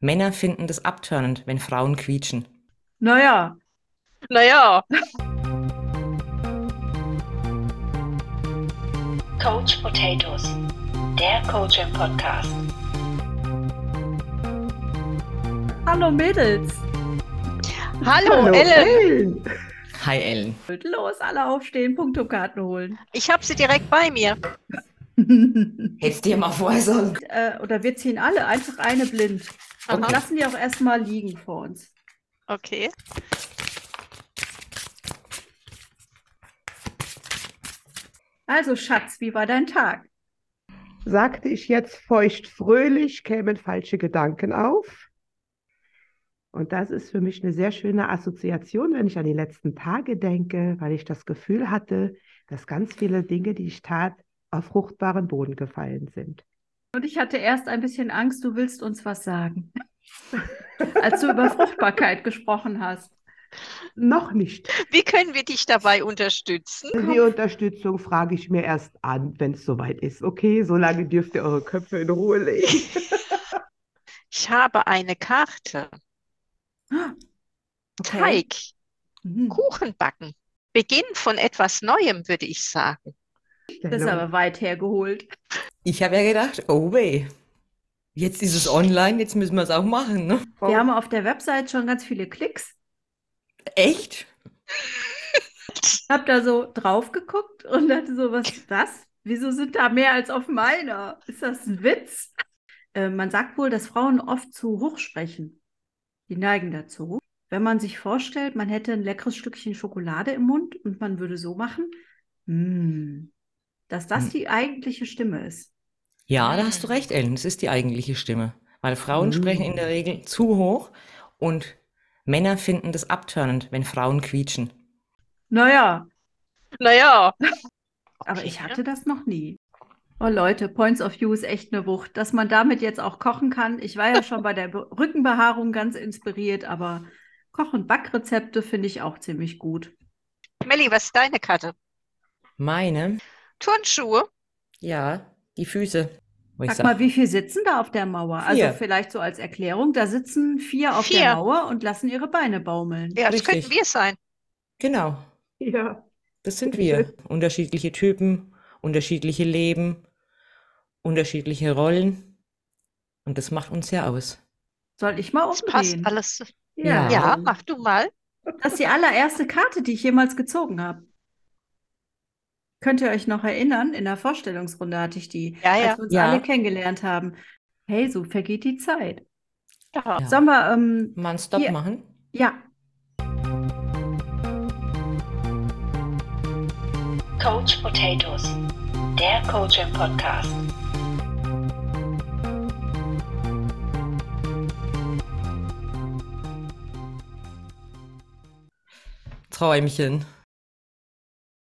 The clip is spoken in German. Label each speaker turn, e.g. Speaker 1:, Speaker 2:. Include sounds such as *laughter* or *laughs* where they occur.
Speaker 1: Männer finden das abtörnend, wenn Frauen quietschen.
Speaker 2: Naja,
Speaker 3: Naja,
Speaker 4: Coach Potatoes, der Coaching Podcast.
Speaker 2: hallo Mädels.
Speaker 3: hallo, Ellen.
Speaker 2: Ellen.
Speaker 1: Hi Ellen.
Speaker 2: Los, alle aufstehen, Punktokarten holen.
Speaker 3: Ich habe sie direkt bei mir.
Speaker 1: Hättest dir mal vorher sagen
Speaker 2: äh, oder wir ziehen alle einfach eine blind und
Speaker 3: Aha.
Speaker 2: lassen die auch erstmal liegen vor uns.
Speaker 3: Okay.
Speaker 2: Also Schatz, wie war dein Tag?
Speaker 5: Sagte ich jetzt feucht fröhlich, kämen falsche Gedanken auf. Und das ist für mich eine sehr schöne Assoziation, wenn ich an die letzten Tage denke, weil ich das Gefühl hatte, dass ganz viele Dinge, die ich tat, auf fruchtbaren Boden gefallen sind.
Speaker 2: Und ich hatte erst ein bisschen Angst, du willst uns was sagen, *laughs* als du über Fruchtbarkeit gesprochen hast.
Speaker 5: Noch nicht.
Speaker 3: Wie können wir dich dabei unterstützen?
Speaker 5: Die Unterstützung frage ich mir erst an, wenn es soweit ist. Okay, solange dürft ihr eure Köpfe in Ruhe legen.
Speaker 3: Ich habe eine Karte. Teig,
Speaker 2: Mhm.
Speaker 3: Kuchen backen. Beginn von etwas Neuem, würde ich sagen.
Speaker 2: Das ist aber weit hergeholt.
Speaker 1: Ich habe ja gedacht, oh weh. Jetzt ist es online, jetzt müssen wir es auch machen, ne?
Speaker 2: Wir haben auf der Website schon ganz viele Klicks.
Speaker 1: Echt?
Speaker 2: Hab da so drauf geguckt und dachte so, was ist das? Wieso sind da mehr als auf meiner? Ist das ein Witz? Äh, man sagt wohl, dass Frauen oft zu hoch sprechen. Die neigen dazu. Wenn man sich vorstellt, man hätte ein leckeres Stückchen Schokolade im Mund und man würde so machen, "Mm", dass das
Speaker 1: Hm.
Speaker 2: die eigentliche Stimme ist.
Speaker 1: Ja, da hast du recht, Ellen. Es ist die eigentliche Stimme. Weil Frauen
Speaker 5: Mhm.
Speaker 1: sprechen in der Regel zu hoch und Männer finden das abtörnend, wenn Frauen quietschen.
Speaker 2: Naja,
Speaker 3: Naja,
Speaker 2: aber
Speaker 3: Okay.
Speaker 2: ich hatte das noch nie. Oh Leute, Points of View ist echt eine Wucht, dass man damit jetzt auch kochen kann. Ich war ja schon bei der
Speaker 3: *laughs*
Speaker 2: Be Rückenbehaarung ganz inspiriert, aber Koch- und Backrezepte finde ich auch ziemlich gut.
Speaker 3: Melli, was ist deine Karte?
Speaker 1: Meine,
Speaker 3: Turnschuhe?
Speaker 1: ja, die Füße. Wo ich
Speaker 2: Sag
Speaker 1: sag,
Speaker 2: mal, wie viel sitzen da auf der Mauer?
Speaker 1: Vier.
Speaker 2: Also vielleicht so als Erklärung, da sitzen vier auf
Speaker 3: Vier.
Speaker 2: der Mauer und lassen ihre Beine baumeln.
Speaker 3: Ja, das
Speaker 1: Richtig.
Speaker 3: könnten wir sein.
Speaker 1: genau,
Speaker 5: Ja.
Speaker 1: das sind wir. Unterschiedliche Typen, unterschiedliche Leben, unterschiedliche Rollen. Und das macht uns ja aus.
Speaker 2: Soll ich mal
Speaker 3: Das passt
Speaker 2: umdrehen?
Speaker 3: alles.
Speaker 1: Ja.
Speaker 3: Ja, mach du mal.
Speaker 2: Das ist die allererste Karte, die ich jemals gezogen habe. Könnt ihr euch noch erinnern? In der Vorstellungsrunde hatte ich die,
Speaker 3: Ja, ja.
Speaker 2: als wir uns
Speaker 1: Ja.
Speaker 2: alle kennengelernt haben. Hey, so vergeht die Zeit.
Speaker 3: Ja.
Speaker 1: Ja.
Speaker 2: Sollen wir, ähm,
Speaker 1: Mal einen Stopp
Speaker 2: Hier.
Speaker 1: machen?
Speaker 2: ja,
Speaker 4: Coach Potatoes, der Coaching Podcast.
Speaker 1: Träumchen.